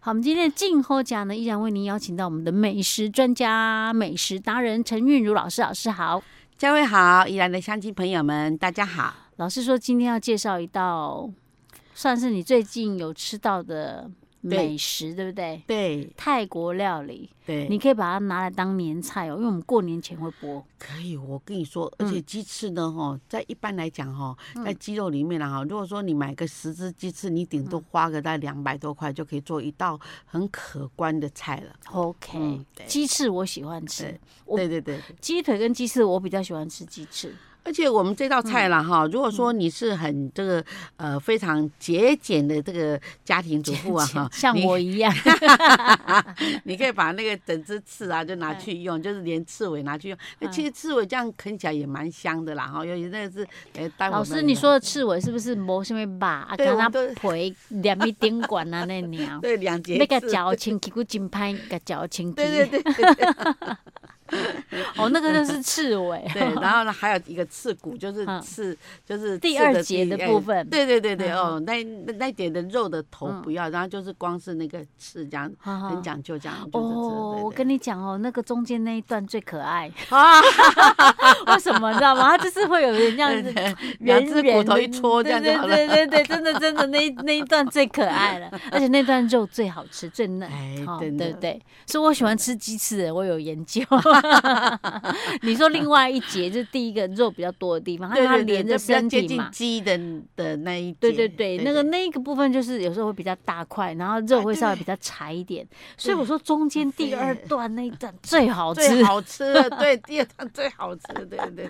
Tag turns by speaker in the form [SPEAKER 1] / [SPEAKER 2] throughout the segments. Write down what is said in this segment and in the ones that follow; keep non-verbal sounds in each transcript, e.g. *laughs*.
[SPEAKER 1] 好，我们今天的静候奖呢，依然为您邀请到我们的美食专家、美食达人陈韵如老师，老师好。
[SPEAKER 2] 嘉位好，宜兰的乡亲朋友们，大家好。
[SPEAKER 1] 老师说今天要介绍一道，算是你最近有吃到的美食，对不对？
[SPEAKER 2] 对
[SPEAKER 1] 泰国料理，
[SPEAKER 2] 对，
[SPEAKER 1] 你可以把它拿来当年菜哦，因为我们过年前会播。
[SPEAKER 2] 可以，我跟你说，而且鸡翅呢，哈，在一般来讲，哈，在鸡肉里面啦，哈，如果说你买个十只鸡翅，你顶多花个大概两百多块就可以做一道很可观的菜了。
[SPEAKER 1] OK，
[SPEAKER 2] 嗯对
[SPEAKER 1] 鸡翅我喜欢吃
[SPEAKER 2] 对，
[SPEAKER 1] 我嗯
[SPEAKER 2] 对对对，对
[SPEAKER 1] 鸡腿跟鸡翅我比较喜欢吃鸡翅。，
[SPEAKER 2] 而且我们这道菜啦，哈，如果说你是很这个呃非常节俭的这个家庭主妇啊，
[SPEAKER 1] *laughs*
[SPEAKER 2] 哈
[SPEAKER 1] 像
[SPEAKER 2] 你
[SPEAKER 1] 我一样，
[SPEAKER 2] 你可以把那个整只刺啊，就拿
[SPEAKER 1] 哎
[SPEAKER 2] 去用，就是连刺尾拿去用。那
[SPEAKER 1] 哎
[SPEAKER 2] 其实刺尾这样啃起来也蛮香的啦，哈，尤其那个是，哎，待会
[SPEAKER 1] 老
[SPEAKER 2] 我
[SPEAKER 1] 师
[SPEAKER 2] 们
[SPEAKER 1] 你说的刺猬是不是没什么吧？啊，
[SPEAKER 2] 对
[SPEAKER 1] 跟
[SPEAKER 2] 我
[SPEAKER 1] 它
[SPEAKER 2] 们都，
[SPEAKER 1] *laughs* 皮两米顶管啊那鸟
[SPEAKER 2] 对两节
[SPEAKER 1] 要甲
[SPEAKER 2] 刺
[SPEAKER 1] 嚼清气，佮真歹甲嚼清气。
[SPEAKER 2] 对对对
[SPEAKER 1] 哦，那个就是刺猬。 *laughs*
[SPEAKER 2] 对，然后呢还有一个刺骨，就是
[SPEAKER 1] 嗯
[SPEAKER 2] 刺，就是
[SPEAKER 1] 第
[SPEAKER 2] 刺的
[SPEAKER 1] 二节的
[SPEAKER 2] 哎
[SPEAKER 1] 部分
[SPEAKER 2] 对对对对，
[SPEAKER 1] 嗯
[SPEAKER 2] 哦，那那那节的肉的头
[SPEAKER 1] 嗯
[SPEAKER 2] 不要，然后就是光是那个刺这样，
[SPEAKER 1] 好好
[SPEAKER 2] *laughs* 很讲究这样。就是刺
[SPEAKER 1] 哦，我
[SPEAKER 2] 对对
[SPEAKER 1] 跟你讲哦，那个中间那一段最可爱， *laughs*
[SPEAKER 2] 啊，
[SPEAKER 1] 为什么你知道吗？它就是会有人这样
[SPEAKER 2] *laughs*
[SPEAKER 1] 子
[SPEAKER 2] 两
[SPEAKER 1] 圆
[SPEAKER 2] 只
[SPEAKER 1] 圆
[SPEAKER 2] 骨头
[SPEAKER 1] 的
[SPEAKER 2] 一戳这样就好了
[SPEAKER 1] 对对对对，真的真的那一那一段最可爱
[SPEAKER 2] *laughs*
[SPEAKER 1] 了，而且那段肉最好吃最嫩，
[SPEAKER 2] 哎
[SPEAKER 1] 哦
[SPEAKER 2] 真的
[SPEAKER 1] 对不对？所以我喜欢吃鸡翅的，我有研
[SPEAKER 2] *laughs*
[SPEAKER 1] 究。你说另外一节就是第一个肉比较多的地方，它
[SPEAKER 2] 对
[SPEAKER 1] 它
[SPEAKER 2] 对对，
[SPEAKER 1] 连着
[SPEAKER 2] 就比较
[SPEAKER 1] 身
[SPEAKER 2] 接
[SPEAKER 1] 体
[SPEAKER 2] 近
[SPEAKER 1] 嘛。
[SPEAKER 2] 鸡的的那一节。
[SPEAKER 1] 对对对，那个那一个部分就是有时候会比较大块，然后肉会稍微比较柴一点，所以我说中间第二
[SPEAKER 2] 对
[SPEAKER 1] 段那一段最好吃。
[SPEAKER 2] 最好吃的，对，第二趟最好吃的，对对。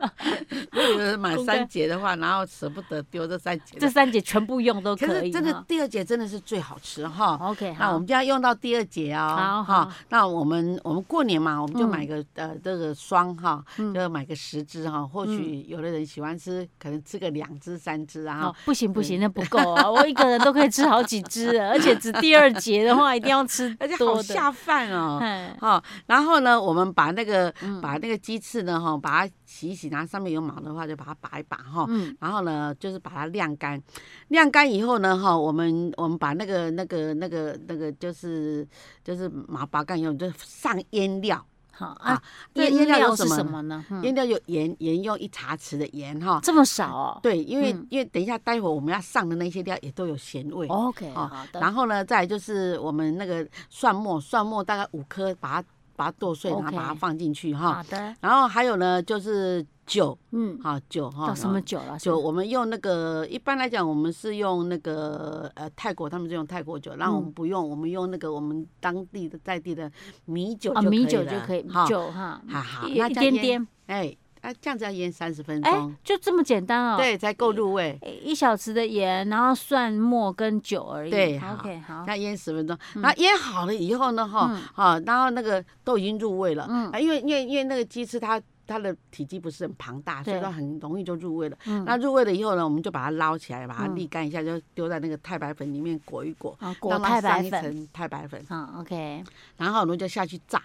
[SPEAKER 2] *laughs* 如果有人买
[SPEAKER 1] 公开
[SPEAKER 2] 三节的话，然后舍不得丢这三节的，
[SPEAKER 1] 这三节全部用都
[SPEAKER 2] 可
[SPEAKER 1] 可
[SPEAKER 2] 是
[SPEAKER 1] 以。
[SPEAKER 2] 真的
[SPEAKER 1] 哈
[SPEAKER 2] 第二节真的是最好吃哈。
[SPEAKER 1] OK，
[SPEAKER 2] 那我们就要用到第二节
[SPEAKER 1] 好
[SPEAKER 2] 哦，
[SPEAKER 1] 好
[SPEAKER 2] 哈。那我们我们过年嘛，我们就
[SPEAKER 1] 嗯
[SPEAKER 2] 买个呃这个双哈，
[SPEAKER 1] 嗯
[SPEAKER 2] 就买个十只哈。或许有的人喜欢吃，可能吃个两只三只啊。
[SPEAKER 1] 哦
[SPEAKER 2] 哈，
[SPEAKER 1] 不行不
[SPEAKER 2] 对
[SPEAKER 1] 行，那不够啊！我一个人都可以吃好几只了，而且只第二节的话，一定要吃
[SPEAKER 2] 而且好
[SPEAKER 1] 多的。
[SPEAKER 2] 下饭
[SPEAKER 1] *laughs*
[SPEAKER 2] 哦。
[SPEAKER 1] 哎
[SPEAKER 2] 哈，然后呢，我们把那个
[SPEAKER 1] 嗯
[SPEAKER 2] 把那个鸡翅呢，哈，把它洗一洗，然后上面有毛的话，就把它拔一拔哈。
[SPEAKER 1] 嗯，
[SPEAKER 2] 然后呢，就是把它晾干，晾干以后呢，哈，我们我们把那个那个那个那个就是就是麻拔干以后，就是上腌料。
[SPEAKER 1] 好啊
[SPEAKER 2] 啊。这
[SPEAKER 1] 腌
[SPEAKER 2] 腌料
[SPEAKER 1] 料
[SPEAKER 2] 有
[SPEAKER 1] 是
[SPEAKER 2] 什么
[SPEAKER 1] 什
[SPEAKER 2] 呢
[SPEAKER 1] 么呢？嗯
[SPEAKER 2] 腌料有盐，盐用一茶匙的盐哈。
[SPEAKER 1] 这么少哦。
[SPEAKER 2] 对，因为、
[SPEAKER 1] 嗯
[SPEAKER 2] 因为等一下待会我们要上的那些料也都有咸味。
[SPEAKER 1] OK，
[SPEAKER 2] 哦
[SPEAKER 1] 好的。
[SPEAKER 2] 然后呢，再来就是我们那个蒜末，蒜末大概五颗，把它把它剁碎，然后
[SPEAKER 1] OK 啊
[SPEAKER 2] 把它放进去哈。
[SPEAKER 1] 好的，
[SPEAKER 2] 然后还有呢，就是酒
[SPEAKER 1] 嗯，
[SPEAKER 2] 哈，酒哈
[SPEAKER 1] 叫。什
[SPEAKER 2] 然后
[SPEAKER 1] 么酒了？
[SPEAKER 2] 酒，啊我们用那个，一般来讲，我们是用那个呃泰国，他们是用泰国酒，然后我
[SPEAKER 1] 嗯
[SPEAKER 2] 们不用，我们用那个我们当地的在地的米酒
[SPEAKER 1] 啊，
[SPEAKER 2] 就可以
[SPEAKER 1] 米酒就
[SPEAKER 2] 了
[SPEAKER 1] 可以，
[SPEAKER 2] 哈，
[SPEAKER 1] 酒哈，
[SPEAKER 2] 好好，
[SPEAKER 1] 一
[SPEAKER 2] 那
[SPEAKER 1] 一
[SPEAKER 2] 这样
[SPEAKER 1] 点
[SPEAKER 2] 腌，
[SPEAKER 1] 点，
[SPEAKER 2] 哎，啊，这样子要腌三十分
[SPEAKER 1] 哎
[SPEAKER 2] 钟，，
[SPEAKER 1] 就这么简单哦。
[SPEAKER 2] 对，才够入味。
[SPEAKER 1] 哎，一小匙的盐，然后蒜末跟酒而已。
[SPEAKER 2] 对好
[SPEAKER 1] ，OK，好。
[SPEAKER 2] 要腌十分钟，然后腌好了以后呢，哈
[SPEAKER 1] 嗯，
[SPEAKER 2] 啊，然后那个都已经入味了，
[SPEAKER 1] 嗯
[SPEAKER 2] 啊，因为因为因为那个鸡翅它它的体积不是很庞大，所以
[SPEAKER 1] 对
[SPEAKER 2] 它很容易就入味了。
[SPEAKER 1] 嗯
[SPEAKER 2] 那入味了以后呢，我们就把它捞起来，把它
[SPEAKER 1] 嗯
[SPEAKER 2] 沥干一下，就丢在那个太白粉里面裹一裹，
[SPEAKER 1] 啊，裹
[SPEAKER 2] 让
[SPEAKER 1] 太
[SPEAKER 2] 它
[SPEAKER 1] 白
[SPEAKER 2] 上一
[SPEAKER 1] 粉。
[SPEAKER 2] 层太白粉，
[SPEAKER 1] 啊，OK，
[SPEAKER 2] 然后我们就下去炸，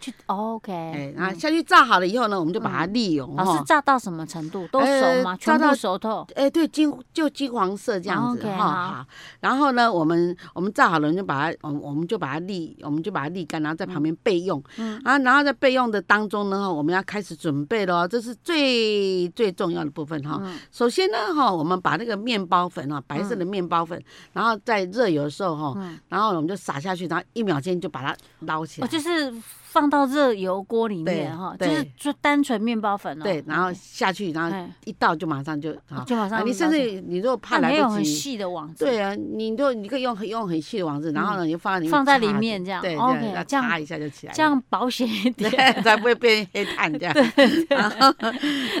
[SPEAKER 1] 去 OK。嗯
[SPEAKER 2] 哎，
[SPEAKER 1] 哦
[SPEAKER 2] 然后下去炸好了以后呢，我们就把它沥油
[SPEAKER 1] 老师
[SPEAKER 2] 哈，
[SPEAKER 1] 炸到什么程度？都熟
[SPEAKER 2] 呃
[SPEAKER 1] 吗？
[SPEAKER 2] 炸
[SPEAKER 1] 全部
[SPEAKER 2] 到
[SPEAKER 1] 熟透。
[SPEAKER 2] 哎，对，金就金黄色这样子
[SPEAKER 1] OK，好
[SPEAKER 2] 哈，好，然后呢，我们我们炸好了，我们就把它，我们我们就把它沥，我们就把它沥干，然后在旁边备用，
[SPEAKER 1] 嗯
[SPEAKER 2] 啊，然后在备用的当中呢，我们要开始准备了，哦这是最最重要的部分哈。
[SPEAKER 1] 嗯
[SPEAKER 2] 首先呢，哈，我们把那个面包粉哈，白色的面包粉，然后在热油的时候哈，
[SPEAKER 1] 嗯，
[SPEAKER 2] 然后我们就撒下去，然后一秒间就把它捞起
[SPEAKER 1] 哦，
[SPEAKER 2] 来，
[SPEAKER 1] 就是放到热油锅里面
[SPEAKER 2] 对
[SPEAKER 1] 哈，就
[SPEAKER 2] 对
[SPEAKER 1] 是就单纯面包粉哦。
[SPEAKER 2] 对，然后下去，然后
[SPEAKER 1] 哎，哦
[SPEAKER 2] 一倒就马上就啊，
[SPEAKER 1] 就马上捞起来。
[SPEAKER 2] 啊你甚至你如果怕
[SPEAKER 1] 那没
[SPEAKER 2] 来
[SPEAKER 1] 有
[SPEAKER 2] 不
[SPEAKER 1] 很
[SPEAKER 2] 及，
[SPEAKER 1] 细的网子，
[SPEAKER 2] 对啊，你就你可以用很用很细的网子，然后呢，你就放在里面，
[SPEAKER 1] 嗯放在里，面这样。
[SPEAKER 2] 对，
[SPEAKER 1] OK，
[SPEAKER 2] 要
[SPEAKER 1] 这样
[SPEAKER 2] 擦一下就起来了，
[SPEAKER 1] 这样保险一
[SPEAKER 2] 对
[SPEAKER 1] 点。
[SPEAKER 2] *laughs* 才不会变黑炭这样。然后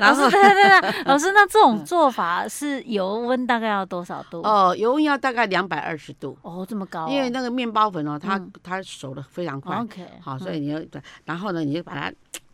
[SPEAKER 1] 老
[SPEAKER 2] 然
[SPEAKER 1] 师，
[SPEAKER 2] 后嗯
[SPEAKER 1] 对对
[SPEAKER 2] *laughs*
[SPEAKER 1] 对，老师，那这种做法是油温大概要多少度？
[SPEAKER 2] 哦，油温要大概两百二十度，
[SPEAKER 1] 哦，这么高哦。
[SPEAKER 2] 因为那个面包粉哦，它
[SPEAKER 1] 嗯
[SPEAKER 2] 它熟的非常快，
[SPEAKER 1] OK，嗯
[SPEAKER 2] 好，所
[SPEAKER 1] 以
[SPEAKER 2] 以你要，然后呢，你就把它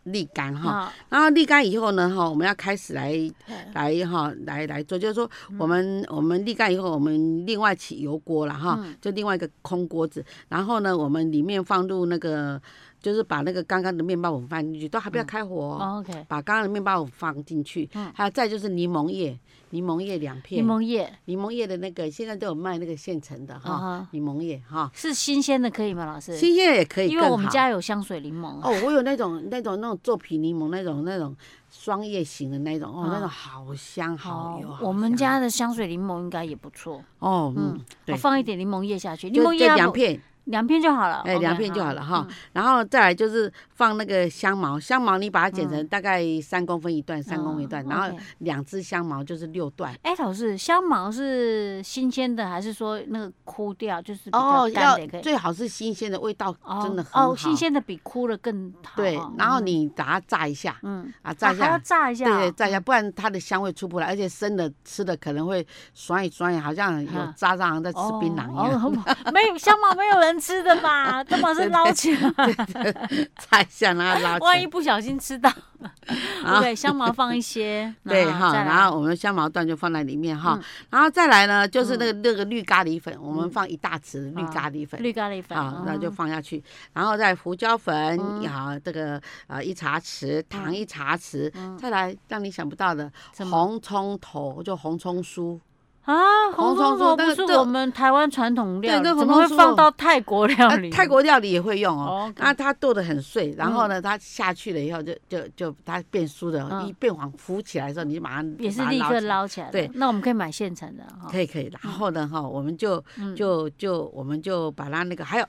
[SPEAKER 2] 沥干哈，
[SPEAKER 1] 好，
[SPEAKER 2] 然后沥干以后呢，哈，我们要开始来
[SPEAKER 1] 对
[SPEAKER 2] 来哈来来做，就是说
[SPEAKER 1] 嗯
[SPEAKER 2] 我们、我们沥干以后，我们另外起油锅了哈，
[SPEAKER 1] 嗯
[SPEAKER 2] 就另外一个空锅子，然后呢，我们里面放入那个。就是把那个刚刚的面包粉放进去，都还不要开火、哦。
[SPEAKER 1] 哦 OK，
[SPEAKER 2] 把刚刚的面包粉放进去，
[SPEAKER 1] 嗯
[SPEAKER 2] 还有再就是柠檬叶，柠檬叶两片，
[SPEAKER 1] 柠檬叶
[SPEAKER 2] 柠檬叶的那个现在都有卖那个现成的
[SPEAKER 1] 啊
[SPEAKER 2] 哈，
[SPEAKER 1] 哈
[SPEAKER 2] 柠檬叶哈，
[SPEAKER 1] 是新鲜的，可以吗，老师？
[SPEAKER 2] 新鲜的也可以
[SPEAKER 1] 因
[SPEAKER 2] 更
[SPEAKER 1] 为
[SPEAKER 2] 好。
[SPEAKER 1] 我们家有香水柠檬啊，
[SPEAKER 2] 哦，我有那种那种那种做皮柠檬那种那种双叶型的那种哦，
[SPEAKER 1] 啊
[SPEAKER 2] 那种好香好油。
[SPEAKER 1] 哦
[SPEAKER 2] 好
[SPEAKER 1] 我们
[SPEAKER 2] 香
[SPEAKER 1] 家的香水柠檬应该也不错，
[SPEAKER 2] 哦
[SPEAKER 1] 嗯
[SPEAKER 2] 嗯，对
[SPEAKER 1] 我放一点柠檬叶下去，柠
[SPEAKER 2] 就
[SPEAKER 1] 檬
[SPEAKER 2] 就
[SPEAKER 1] 叶要
[SPEAKER 2] 两
[SPEAKER 1] 不
[SPEAKER 2] 片，
[SPEAKER 1] 两片就好了，
[SPEAKER 2] 哎
[SPEAKER 1] OK，
[SPEAKER 2] 两片就好了哈。然后再来就是放那个香茅，香茅你把它剪成大概三公分一段，三公分一段，
[SPEAKER 1] 嗯
[SPEAKER 2] 然后
[SPEAKER 1] OK
[SPEAKER 2] 两只香茅就是六段。
[SPEAKER 1] 哎，老师，香茅是新鲜的，还是说那个枯掉，就是比较
[SPEAKER 2] 哦，
[SPEAKER 1] 干
[SPEAKER 2] 要
[SPEAKER 1] 的也可以？
[SPEAKER 2] 最好是新鲜的，味道
[SPEAKER 1] 哦
[SPEAKER 2] 真的很好。
[SPEAKER 1] 哦，新鲜的比枯的更好。
[SPEAKER 2] 对
[SPEAKER 1] 哦，
[SPEAKER 2] 然后
[SPEAKER 1] 嗯
[SPEAKER 2] 你把它炸一下
[SPEAKER 1] 嗯，
[SPEAKER 2] 啊，
[SPEAKER 1] 啊
[SPEAKER 2] 炸一
[SPEAKER 1] 还要
[SPEAKER 2] 下，
[SPEAKER 1] 炸一下
[SPEAKER 2] 对
[SPEAKER 1] 哦，
[SPEAKER 2] 对，炸一嗯下，不然它的香味出不来，而且生的吃的可能会酸一酸一，好像有
[SPEAKER 1] 嗯
[SPEAKER 2] 渣渣，好像在吃
[SPEAKER 1] 哦
[SPEAKER 2] 槟榔一样。
[SPEAKER 1] 哦没有香茅没有人吃的吧？干嘛是捞起来？
[SPEAKER 2] *laughs* 炸一下，然后拉
[SPEAKER 1] 万
[SPEAKER 2] 起
[SPEAKER 1] 一不小心吃
[SPEAKER 2] *laughs*
[SPEAKER 1] 到，
[SPEAKER 2] 啊
[SPEAKER 1] 对，香茅放一些，
[SPEAKER 2] 来， *laughs* 对
[SPEAKER 1] 然后
[SPEAKER 2] 哈，
[SPEAKER 1] 再来
[SPEAKER 2] 然后我们香茅段就放在里面哈
[SPEAKER 1] 嗯，
[SPEAKER 2] 然后再来呢，就是那个那个绿咖喱粉，我们放一大匙的绿
[SPEAKER 1] 啊
[SPEAKER 2] 咖喱粉。
[SPEAKER 1] 绿咖喱粉，
[SPEAKER 2] 啊，那就
[SPEAKER 1] 嗯
[SPEAKER 2] 放下去，然后再胡椒粉
[SPEAKER 1] 嗯
[SPEAKER 2] 啊，这个啊一茶匙，糖一茶匙，
[SPEAKER 1] 嗯
[SPEAKER 2] 再来让你想不到的
[SPEAKER 1] 什么
[SPEAKER 2] 红葱头，就红葱酥，
[SPEAKER 1] 啊，红
[SPEAKER 2] 红
[SPEAKER 1] 葱
[SPEAKER 2] 葱
[SPEAKER 1] 头不
[SPEAKER 2] 酥那
[SPEAKER 1] 是
[SPEAKER 2] 这
[SPEAKER 1] 我们台湾传统料
[SPEAKER 2] 对
[SPEAKER 1] 理，
[SPEAKER 2] 那
[SPEAKER 1] 怎
[SPEAKER 2] 红
[SPEAKER 1] 么会
[SPEAKER 2] 葱酥
[SPEAKER 1] 放
[SPEAKER 2] 哦
[SPEAKER 1] 到泰国料
[SPEAKER 2] 啊
[SPEAKER 1] 理？
[SPEAKER 2] *laughs* 泰国料理也会用
[SPEAKER 1] 哦
[SPEAKER 2] 哦。
[SPEAKER 1] ，OK
[SPEAKER 2] 那它剁得很碎，然后呢，它下去了以后就就就它变酥的，
[SPEAKER 1] 嗯
[SPEAKER 2] 一变黄浮起来的时候，你就马上
[SPEAKER 1] 也是
[SPEAKER 2] 把它
[SPEAKER 1] 立刻
[SPEAKER 2] 起来。
[SPEAKER 1] 捞起来的。
[SPEAKER 2] 对
[SPEAKER 1] 那我们可以买现成的哦哈。
[SPEAKER 2] 可以可以，然后呢哈，我们就
[SPEAKER 1] 啊嗯
[SPEAKER 2] 就就我们就把它那个，还有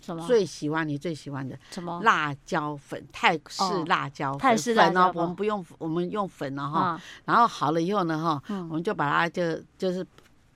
[SPEAKER 1] 什么
[SPEAKER 2] 最喜欢你最喜欢的
[SPEAKER 1] 什么
[SPEAKER 2] 辣椒粉，泰式
[SPEAKER 1] 哦
[SPEAKER 2] 辣椒粉，
[SPEAKER 1] 泰式辣
[SPEAKER 2] 粉
[SPEAKER 1] 椒
[SPEAKER 2] 哦，
[SPEAKER 1] 粉
[SPEAKER 2] 我们不用我们用粉了哈，
[SPEAKER 1] 啊？
[SPEAKER 2] 然后好了以后呢，哈，
[SPEAKER 1] 嗯
[SPEAKER 2] 我们就把它就就是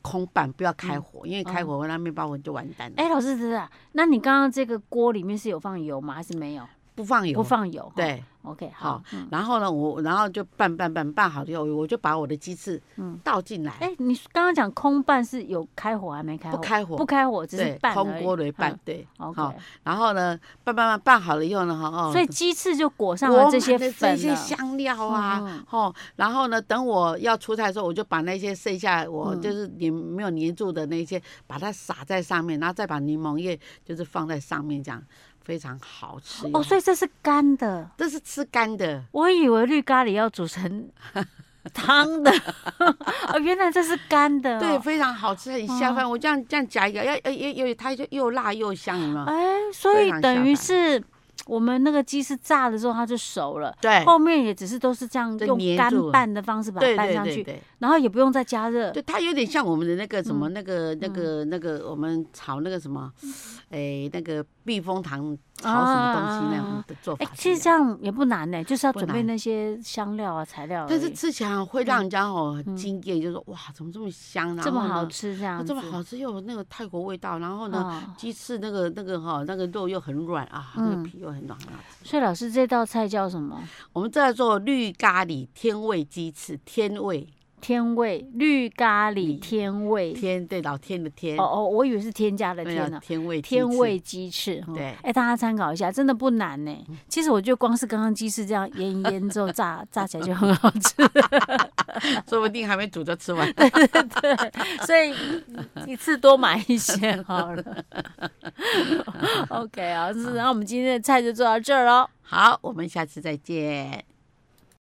[SPEAKER 2] 空拌，不要开火，因为开火那面包我就完蛋了。
[SPEAKER 1] 嗯哎，老师，真的，那你刚刚这个锅里面是有放油吗？还是没有？
[SPEAKER 2] 不放油，
[SPEAKER 1] 不放油。
[SPEAKER 2] 对。
[SPEAKER 1] 哦，OK，好
[SPEAKER 2] 好。
[SPEAKER 1] 嗯，
[SPEAKER 2] 然后呢，我然后就拌拌拌拌好了以后，我就把我的鸡翅
[SPEAKER 1] 嗯
[SPEAKER 2] 倒进来，
[SPEAKER 1] 哎，你刚刚讲空拌是有开火还没开火？
[SPEAKER 2] 不开火
[SPEAKER 1] 不，开火，只是
[SPEAKER 2] 对，
[SPEAKER 1] 拌
[SPEAKER 2] 空锅
[SPEAKER 1] 来
[SPEAKER 2] 来拌，。对。
[SPEAKER 1] 嗯 OK，
[SPEAKER 2] 好然后呢，拌拌拌拌好了以后呢，哈哦，
[SPEAKER 1] 所以鸡翅就裹上
[SPEAKER 2] 我
[SPEAKER 1] 了
[SPEAKER 2] 买
[SPEAKER 1] 这些
[SPEAKER 2] 的
[SPEAKER 1] 粉
[SPEAKER 2] 这些
[SPEAKER 1] 了
[SPEAKER 2] 香料
[SPEAKER 1] 嗯
[SPEAKER 2] 啊，哦，然后呢，等我要出菜的时候，我就把那些剩下我
[SPEAKER 1] 嗯
[SPEAKER 2] 就是粘没有粘住的那些，把它撒在上面，然后再把柠檬叶就是放在上面，这样非常好吃哟。
[SPEAKER 1] 哦，所以这是干的。
[SPEAKER 2] 这是吃干的，
[SPEAKER 1] 我以为绿咖喱要煮
[SPEAKER 2] *laughs*
[SPEAKER 1] 成 *laughs* 汤的，哦，原来这是干的、哦。
[SPEAKER 2] 对，，非常好吃，很下
[SPEAKER 1] 哦
[SPEAKER 2] 饭。我这样这样夹一个，要哎要要要，它就又辣又香，有没有？
[SPEAKER 1] 哎，所以
[SPEAKER 2] 非常
[SPEAKER 1] 等于
[SPEAKER 2] 下饭
[SPEAKER 1] 是我们那个鸡是炸了之后它就熟了，
[SPEAKER 2] 对
[SPEAKER 1] 后面也只是都是这样
[SPEAKER 2] 哎就
[SPEAKER 1] 用
[SPEAKER 2] 黏
[SPEAKER 1] 干
[SPEAKER 2] 住了
[SPEAKER 1] 拌的方式把它
[SPEAKER 2] 对
[SPEAKER 1] 哦拌
[SPEAKER 2] 对
[SPEAKER 1] 上
[SPEAKER 2] 对
[SPEAKER 1] 去，
[SPEAKER 2] 对，
[SPEAKER 1] 然后也不用再加热
[SPEAKER 2] 对，它有点像我们的那个什么那个那个那个我们炒那个什么，哎，那个避风塘炒什么东西那
[SPEAKER 1] 啊
[SPEAKER 2] 样的做
[SPEAKER 1] 哎、
[SPEAKER 2] 法是一
[SPEAKER 1] 其
[SPEAKER 2] 样。
[SPEAKER 1] 实这样也不难呢、就是要
[SPEAKER 2] 不
[SPEAKER 1] 准备
[SPEAKER 2] 难
[SPEAKER 1] 那些香料啊、材料而已，
[SPEAKER 2] 但是吃起来会让人家哦很惊艳，就是说哇，怎么这么香，然
[SPEAKER 1] 这么
[SPEAKER 2] 后呢
[SPEAKER 1] 好，吃这样
[SPEAKER 2] 啊
[SPEAKER 1] 子，
[SPEAKER 2] 这么好吃又有那个泰国味道，然后呢，
[SPEAKER 1] 嗯
[SPEAKER 2] 鸡翅那个那个哈那个肉又很软啊，那
[SPEAKER 1] 嗯
[SPEAKER 2] 个皮又很软很好吃。
[SPEAKER 1] 所以老师这道菜叫什么？
[SPEAKER 2] 我们正在做绿咖喱天味鸡翅，天味
[SPEAKER 1] 天味绿咖喱
[SPEAKER 2] 里
[SPEAKER 1] 天味。
[SPEAKER 2] 天对老天的天
[SPEAKER 1] 哦，哦，我以为是添加的
[SPEAKER 2] 对
[SPEAKER 1] 天呢、
[SPEAKER 2] 啊，天味鸡
[SPEAKER 1] 天
[SPEAKER 2] 翅
[SPEAKER 1] 味鸡翅，哈
[SPEAKER 2] 对嗯
[SPEAKER 1] 哎、大家参考一下，真的不难呢、其实我觉得光是刚刚鸡翅这样腌一腌
[SPEAKER 2] *laughs*
[SPEAKER 1] 之后炸炸起来就很好吃，
[SPEAKER 2] 说不定还没煮就吃完。
[SPEAKER 1] 所以一次多买一些好
[SPEAKER 2] *laughs*
[SPEAKER 1] 了。OK 啊，是，那我们今天的菜就做到这儿喽。
[SPEAKER 2] 好，我们下次再见。